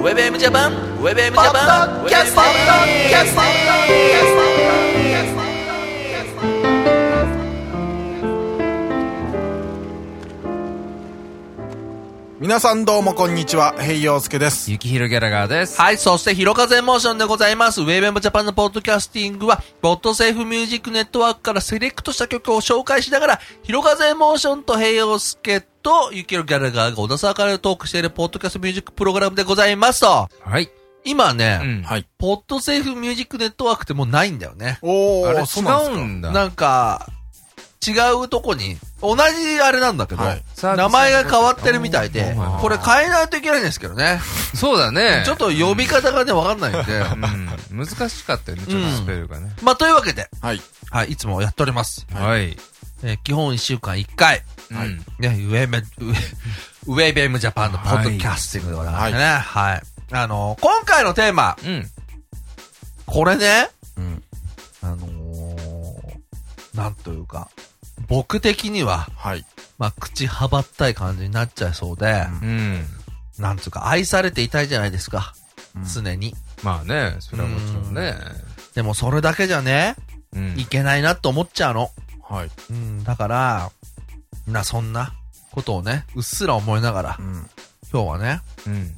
WebM ジャパン WebM ジャパン Podcast, podcast, podcast, podcast, podcast, podcast. 皆さんどうもこんにちは、平洋介です。ゆきひろギャラガーです。はい、そして、ひろかぜモーションでございます。ウェーベンブジャパンのポッドキャスティングは、ボットセーフミュージックネットワークからセレクトした曲を紹介しながら、ひろかぜモーションと平洋介と、ゆきろギャラガーが小田沢からトークしているポッドキャストミュージックプログラムでございますと。はい。今ね、うん。はい。ポッドセーフミュージックネットワークってもうないんだよね。おあれー、そうなん違うでんだ。なんか、違うとこに、同じあれなんだけど、はいサービス名前が変わってるみたいであー、これ変えないといけないんですけどね。そうだね。ちょっと呼び方がね、わかんないんで。うん。難しかったよね、ちょっとスペルがね。 まあ、というわけで、すかはい。はい、いつもやっております。はい。えー基本1週間1回、はうんね、ウェイベ、ウェイウェイベムジャパンのポッドキャスティングでございますね。はい。あのー今回のテーマ、うん。これね、あのーなんというか、僕的には、はい。まあ、口幅ったい感じになっちゃいそうで、うん。なんつうか、愛されていたいじゃないですか。常に。まあね、それはもちろんね。でも、それだけじゃね、うんいけないなと思っちゃうの。はい。うん、だから、な、そんなことをね、うっすら思いながらう、ん。今日はね、うん。ち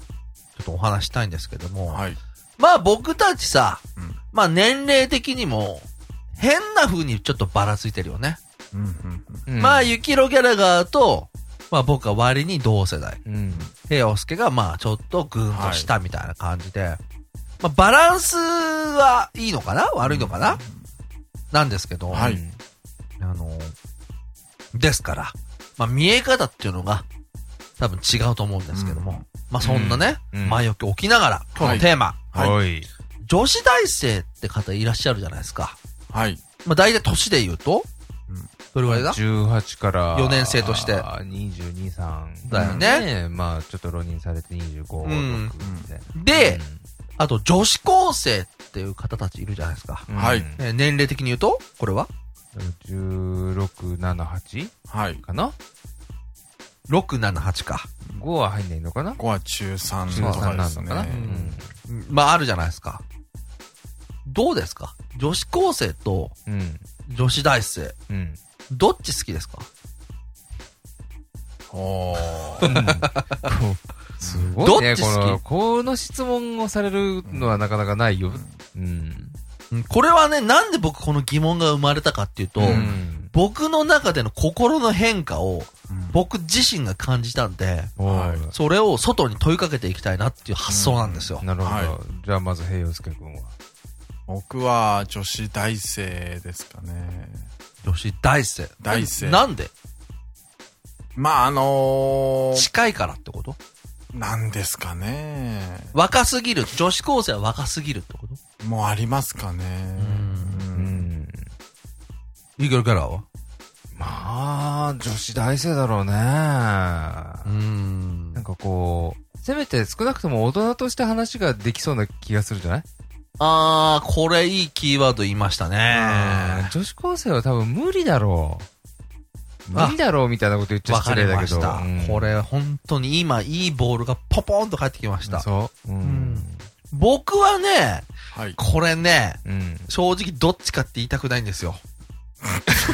ょっとお話したいんですけども、はい。まあ僕たちさ、うんまあ年齢的にも、変な風にちょっとばらついてるよね。うんうんうんまあ、ゆきろギャラガーと、まあ僕は割に同世代。うん。平洋介がまあちょっとぐーんとしたみたいな感じで、まあバランスはいいのかな悪いのかな、なんですけど、はいあの、ですから、まあ見え方っていうのが多分違うと思うんですけども、まあそんなね、うん前置き置きながら、今日のテーマ、はいはい。女子大生って方いらっしゃるじゃないですか。はい。まあ大体年で言うと、うんどれぐらいだ18から。四年生として22、3。だよね。まあ、ちょっと浪人されて25、6んみたいな。で、あと女子高生っていう方たちいるじゃないですか。うん、はいうんえー年齢的に言うと、これは16、7、8はい。かな ?678 か。 ?5 は入んないのかなここは中3とか13でなすのねか。な、まああるじゃないですか。どうですか女子高生とうん。うん。女子大生、うん。どっち好きですかおー。すごいね、どこっち好きの、この質問をされるのはなかなかないよ。うん。うんこれはね、なんで僕この疑問が生まれたかっていうと、うん。僕の中での心の変化をうん僕自身が感じたんで、はいおーそれを外に問いかけていきたいなっていう発想なんですよ。なるほはど。じゃあまず、平洋介くんは。僕は女子大生ですかね。女子大生。大生なんでまあ、あのー、近いからってことなんですかね。若すぎる。女子高生は若すぎるってこともうありますかね。ううんん。イーグルキャラはまあ、女子大生だろうね。なうーんん。かこう、せめて少なくとも大人として話ができそうな気がするじゃないあー、これいいキーワード言いましたあねー。女子高生は多分無理だろう。あ無理だろうみたいなこと言っちゃわかり失礼だまけど。した。うんこれ本当に今いいボールがポポーンと返ってきました。そう。うん。僕はね、はい。これね、うん。正直どっちかって言いたくないんですよ。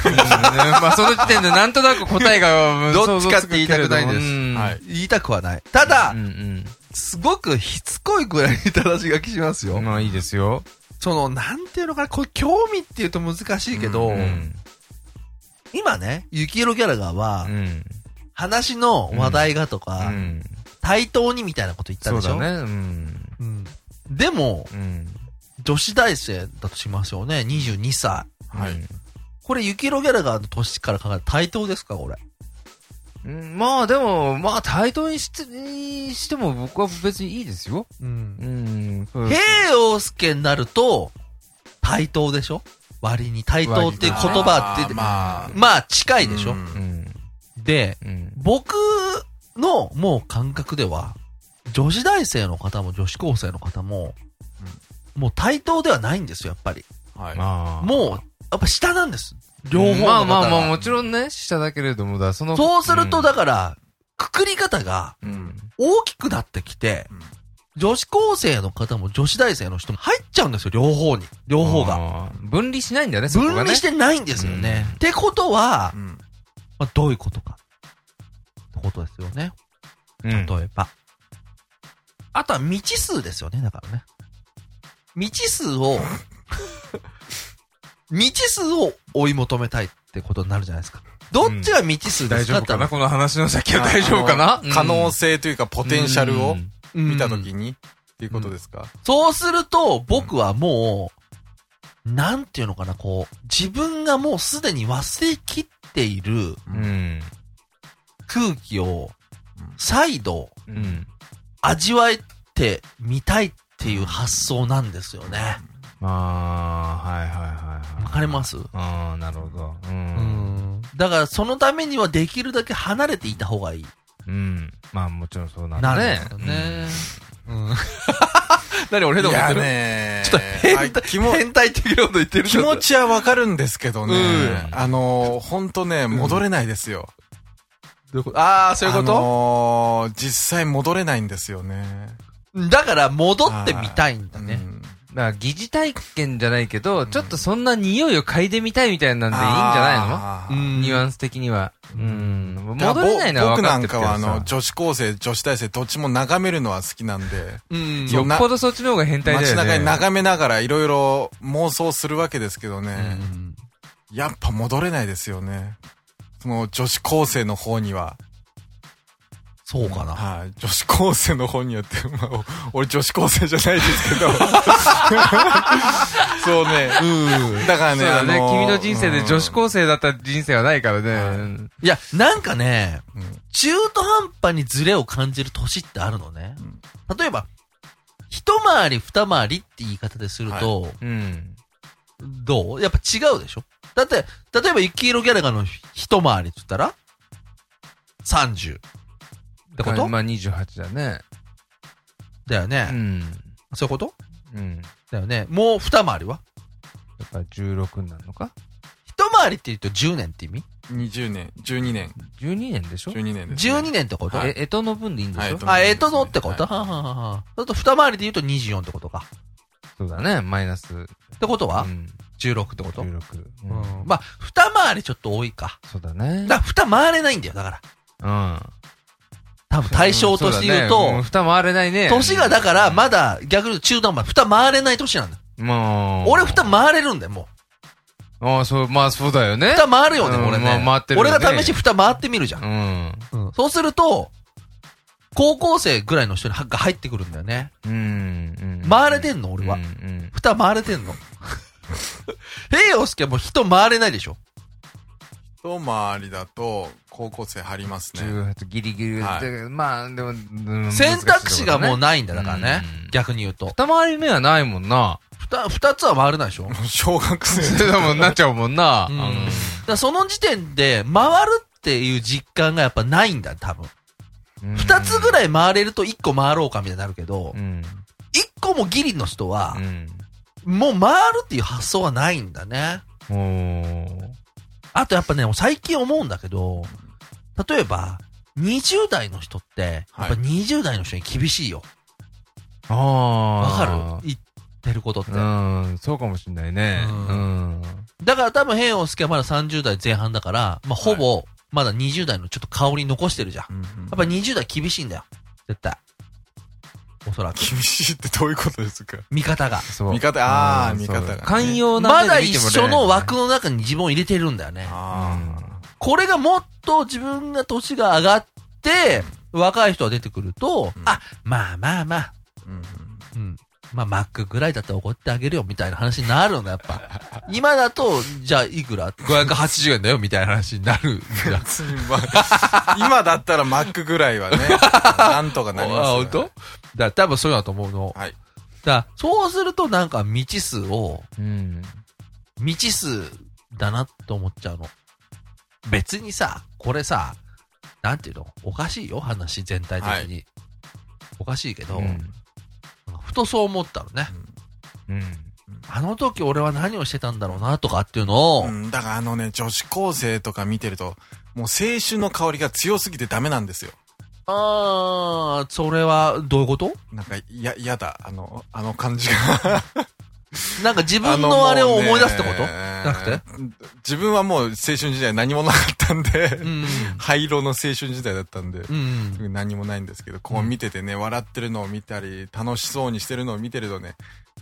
うんまあ、その時点でなんとなく答えが、どっちかって言いたくないんですははい言いたくはない。ただ、うんすごくしつこいくらいに正し書きしますよ。うん。まあいいですよ。その、なんていうのかな、これ興味っていうと難しいけど、うん。今ね、雪色ギャラガーはう、ん。話の話題がとか、うん対等にみたいなこと言ったそでうしょだね。うん。うんでも、うん。女子大生だとしましょうね、22歳。はい。これ、雪色ギャラガーの年から考えると対等ですか、これ。うん。まあでも、まあ対等にして、にしても僕は別にいいですよ。うん。うん。そう平洋介になると、対等でしょ割に対等っていう言葉って、まあ、まあ近いでしょ、うんうん。で、うん。僕のもう感覚では、女子大生の方も女子高生の方も、もう対等ではないんですよ、やっぱり。はい。まあ。もう、やっぱ下なんです。両方の方まがあまあまあ、もちろんね、下だけれどもだ、その。そうすると、だかから、くくり方がうん。大きくなってきてうん、女子高生の方も女子大生の人も入っちゃうんですよ、両方に。両方が。が。分離しないんだよね、そこ分がね。離してないんですよね。ってことは、うん。まあ、どういうことか。ってことですよね。うん。例えば。あとは未知数ですよね、だからね。未知数 を、未知数を追い求めたいってことになるじゃないですか。どっちが未知数で大すか丈っ夫て、かなこの話の先は大丈夫かなあの可能性というか、ポテンシャルうをんうん見たときにっていうことですかそうすると、僕はもう、なんていうのかな、こう、自分がもうすでに忘れきっているうん。空気をうん、再度、うん。味わえてみたいっていう発想なんですよね。ああ、はいはいはいはい。わかりますああ、なるほど。う。うんん。だから、そのためにはできるだけ離れていた方がいい。うん。まあもちろんそうなんなだるんでねす。よね。うん。 何俺のいこと言っやてる、ねちょっと変態、はい気も変態的なこと言ってる気持ちはわかるんですけどねう。あのー、ほんとね、戻れないですよ。どういうことああ、そういうこあと、のー実際戻れないんですよね。だから、戻ってみたいんだねう。んだから疑似体験じゃないけど、ちょっとそんな匂いを嗅いでみたいみたいなんでいいんじゃあうーないのんニュアンス的には。うん。だか戻られないのはぼ分僕なかってんるけかどはあさの、。女子高生、女子大生、どっちも眺めるのは好きなんで、うん。よよっぽどそっちの方が変態だよね。街中に眺めながらいろいろ妄想するわけですけどうね、んやっぱ戻れないですよね。その女子高生の方には。そうかな。はい、女子高生の方によって、 まあ、お俺女子高生じゃないですけ ど。そうね。うん。だからそね、うだねあ。君の人生で女子生、高生だった人生はないからね。はいうんいや、なんかね、うん中途半端にズレを感じる年ってあるのね。うん例えば、一回り二回りって言い方ですると、うん。どうやっぱ違うでしょだって、例えば、雪色ギャラガーの一回りって言ったら、30。ってこと、まあ28だね。だよね、うん。そういうことうん。だよね。もう二回りはだから16になるのか一回りって言うと10年って意味20年、12年、 ?12 年でしょ12年です、ね。 ?12 年ってこと、はいえ、えとの分でいいんでしょ、はいあ、えっとのってこと、はいはんはんはんはんだと二回りで言うと24ってことか。そうだね、マイナス。ってことは、うん、 16ってこと、 16、ううんん。まあ、二回りちょっと多いか。そうだね。だ、二回れないんだよ、だから。うん。多分対象として言うそだねとん、蓋回れないね。年がだから、まだ逆に言うと中途半端、二回れない年なんだよ。もう。俺二回れるんだよ、もああ、そう、まあそうだよう。ね。二回るよね、うん俺ね。まあ回ってるよ俺ねが試し二回ってみるじゃんう。ん。そうすると、高校生ぐらいの人にが入ってくるんだよね。うん。うん回れてんの、俺うん、うは。ん。蓋回れて んの。平洋介はもう人回れないでしょ。一回りだと、高校生張りますね。 18ギリギリ。はいでまあ、でも、うん選択肢がもう難しいとこないんだだからねう。ん逆に言うと。だね。二回り目はないもんな。二、二つは回れないでしょ。だか小学生 そうだもんなっちゃうもんな。うんらその時点で、回るっていう実感がやっぱないんだ、多分。二つぐい。らい回れると一個回ろうかみたいになるけどう、ん。一個もギリの人はう、ん。もう回るっていう発想はないんだね。おー。あとやっぱね、最近思うんだけど、例えば、20代の人って、やはっいぱ20代の人に厳しいよ。あわ、あ。かる言ってることって。うん、そうかもしんないね。ううんん。だから多分、平洋介はまだ30代前半だから、まあ、ほぼ、まだ20代のちょっと香り残してるじゃん。うんうんやっぱ20代厳しいんだよ。絶対。おそらく。厳しいってどういうことですか見方が。そう。見方あーうん見方がそう寛容なま目だで見一てもらえ緒ないの枠の中に自分を入れてるんだよね。ああ。これがもっと自分が年が上がって、若い人が出てくると、うんあ、まあまあまあ、うんうん。まあ、マックぐらいだったら怒ってあげるよ、みたいな話になるんだ、やっぱ。今だと、じゃあ、いくら ?580 円だよ、みたいな話になるじゃん。別にまあ 今だったらマックぐらいはね、なんとかなりますあ、よ本ね当？だから多分そうだと思うの。はい。だからそうするとなんか未知数を、うん。未知数だなって思っちゃうの。別にさ、これさ、なんていうのおかしいよ、話全体的に。おかしいけど、うんふとそう思ったのね。うん。あの時俺は何をしてたんだろうな、とかっていうのを、うん、だからあのね、女子高生とか見てると、もう青春の香りが強すぎてダメなんですよ。あー、それは、どういうことなんか、いや、嫌だ。あの、あの感じが。なんか自分 のあれを思い出すってことあのもうねなくて自分はもう青春時代何もなかったんで、うん。灰色の青春時代だったんで、うん。何もないんですけど、こう見ててね、笑ってるのを見たり、楽しそうにしてるのを見てるとね、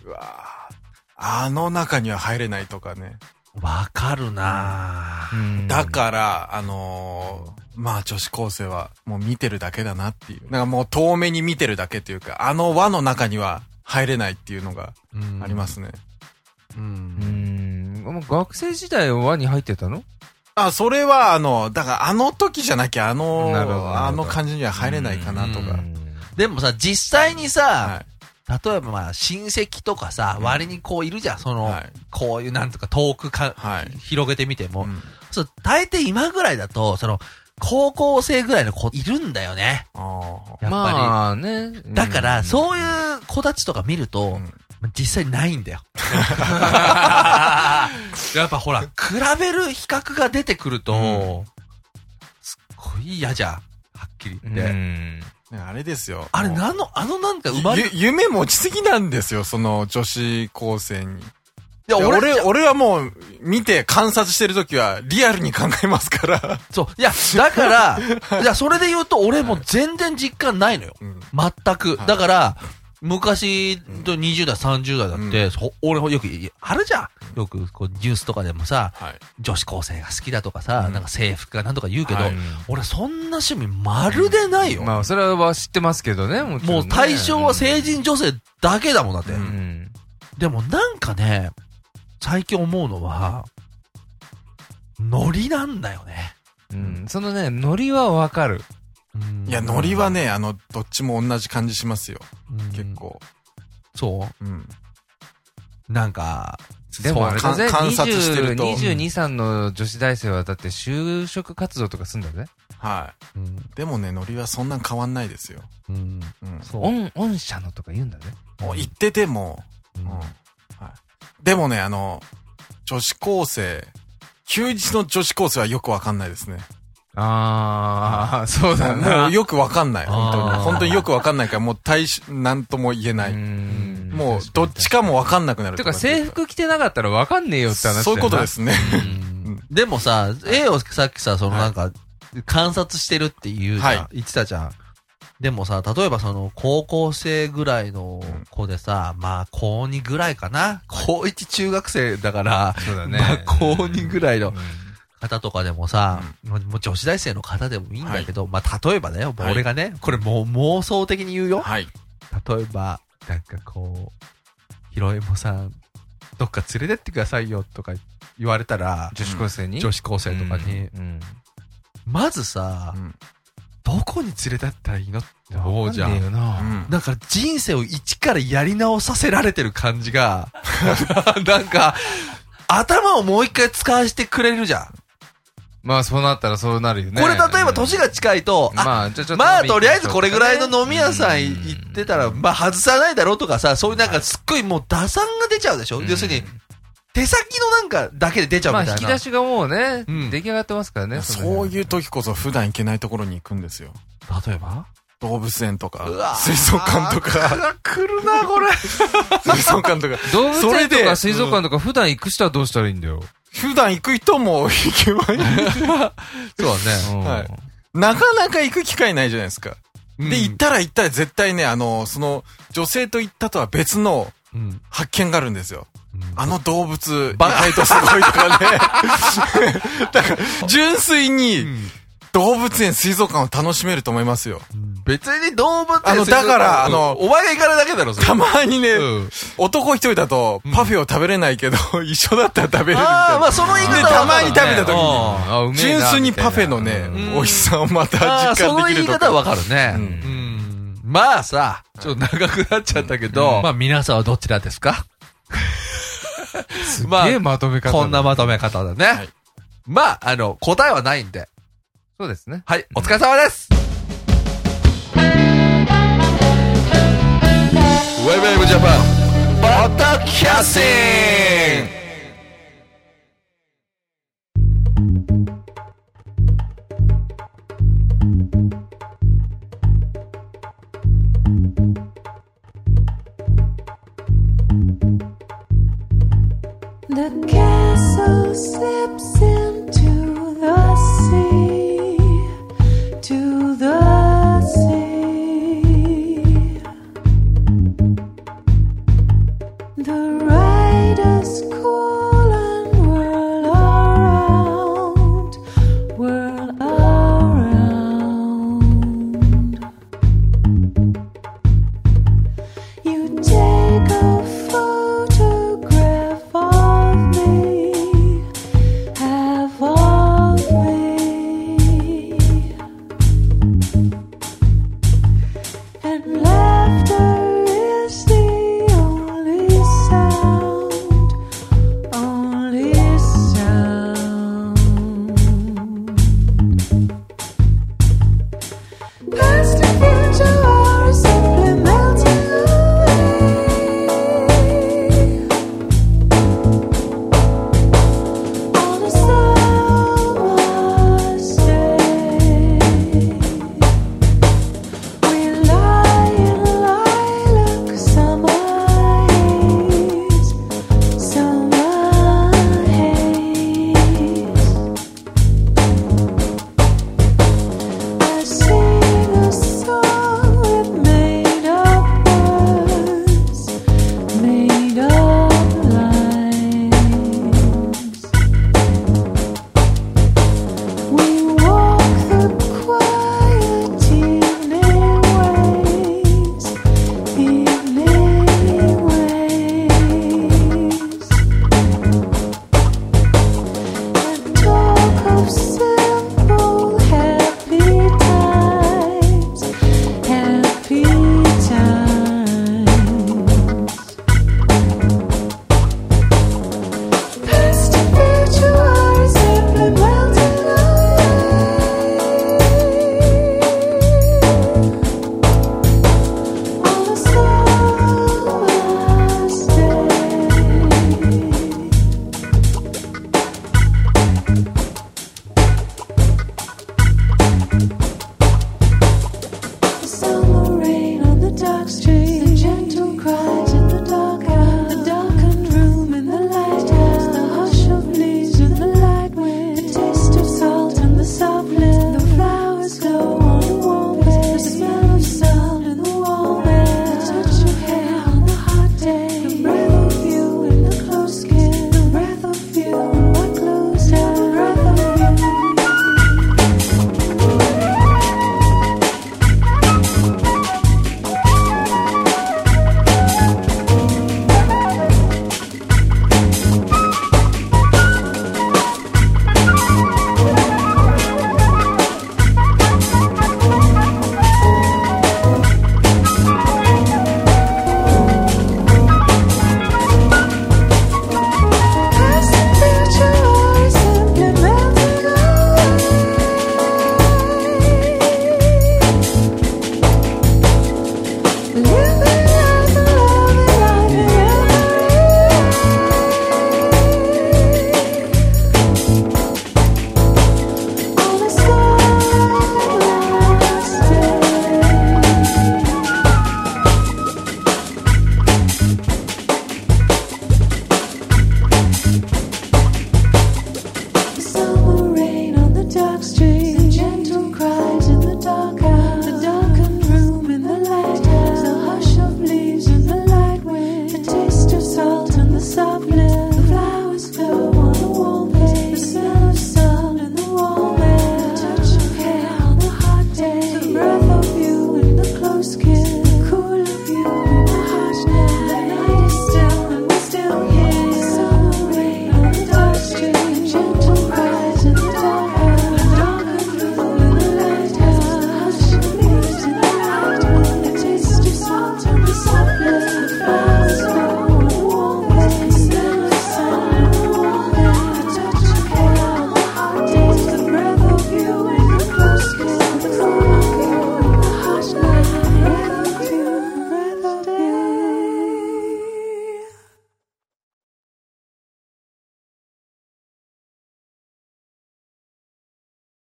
うわーあの中には入れないとかね。わかるなぁだから、あのーまあ女子高生はもう見てるだけだなっていう。なんかもう遠目に見てるだけというか、あの輪の中には入れないっていうのがありま。すね。う。うんん。もう学生時代は輪に入ってたのあ、それはあの、だからあの時じゃなきゃあのなるほどなるほどあの感じには入れないかなとうか。でもさ、実際にさは、例えばまあ、親戚とかさ、うん割にこういるじゃん。そのは、い。こういうなんとか遠くか、はい。広げてみてもう。んそう、大抵今ぐらいだと、その、高校生ぐらいの子いるんだよね。あやっぱり。まあね。だから、うんそういう子たちとか見るーと、うん実際ないん だよ。やっぱほら、比べる比較が出てくると、うんすっごい嫌じゃん。はっきり言って。うんねあれですよ。あれ、もうなんの、あのなんか生まれ、いゆ夢持ちすぎなんですよ、その女子高生に。や、俺、俺、俺はもう、見て観察してるときは、リアルに考えますから。そう、いや、だから、 いや、それで言うと、俺もう全然実感ないのよ。うん全く。はいだから、昔、20代、30代だって、うそ俺よく、いあるじゃん。よく、こう、ニュースとかでもさ、はい。女子高生が好きだとかさ、うんなんか制服がなんとか言うけど、はい俺そんな趣味まるでないよ。まあ、それは知ってますけどね、もちろんもねう対象は成人女性だけだもんだって。うんうんでもなんかね、最近思うのは、ノリなんだよね。うんそのね、ノリはわかる。いや、ノリはね、あの、どっちも同じ感じしますよ。うん結。構。そうん。うなんか、でもあれだぜ、かん観察してると20 22、3の女子大生はだって就職活動とかすんだぜ。はい。うん、でもね、ノリはそんなん変わんないですよ。うん、うん。そう。御、御社のとか言うんだね。もう行ってても、うんうん。はい。でもね、あの、女子高生、休日の女子高生はよくわかんないですね。あー、そうだもな。うよくわかんない。本当あーに。本当によくわかんないから、もう対し、なんとも言えない。うんもう、どっちかもわかんなくなるてか制服着てなかったらわかんねえよって話だよなそういうことで。すね。うんでもさ、A をさっきさ、そのはいなんか、観察してるっていうじゃんはい言ってたじゃん。でもさ、例えばその、高校生ぐらいの子でさ、まあ、高2ぐらいかな高1中学生だから、そうだねまあ、。高2ぐらいのうん方とかでもさ、もう女子大生の方でもいいんだけど、まあ、例えばだよ、はい俺がね、これもう妄想的に言うよ。はい。例えば、なんかこう、ひろえもさん、どっか連れてってくださいよとか言われたら、女子高生に女子高生とかに、うん。まずさ、うんどこに連れてったらいいのって思うじゃわかん。ねえよなうんだから人生を一からやり直させられてる感じが、 なんか、頭をもう一回使わせてくれるじゃん。まあそうなったらそうなるよね。これ例えば年が近いと、あ、まあ、じゃちょっまあとりあえずこれぐらいの飲み屋さん行ってたら、うんまあ外さないだろうとかさ、そういうなんかすっごいもう打算が出ちゃうでしょ、うん要するに、手先のなんかだけで出ちゃうまあみたいな。引き出しがもうね、うん出来上がってますからね。そうう。いう時こそ普段行けないところに行くんですよ。例えば動物園とうわか、水族館 とか、来るな、これ。水族館とか。動物そ園れとでうかん水族館とか普段行く人はどうしたらいいんだよ。普段行く人も 行けばいい。そうだね。うんはいなかなか行く機会ないじゃないですか。うんで、行ったら行ったら絶対ね、あの、その、女性と行ったとは別のうん発見があるんですよ。あの動物、意バカ外とすごいとか ね。だから、純粋うにん動物園、水族館を楽しめると思いますよ。別に動物園あのだからあのお前が行かれだけだろ、それたまにね、うん男一人だと、パフェを食べれないけど、 一緒だったら食べれるみたいああ、な。まあその言い方はでわたかまるにね食べた時にうんあうめえな純粋にパフェのね、みたいな美味しさをまたああ、実そ感のでき言いる方とか。はわかるね。ううんん。まあさ、ちょっと長くなっちゃったけど、まあ皆さんはどちらですか まあすげえ、まとめ方だ。こんなまとめ方だはねい。まあ、あの、答えはないんで。そうですね。はい、お疲れ様ですウェブウェブジャパン、ボトキャスティング say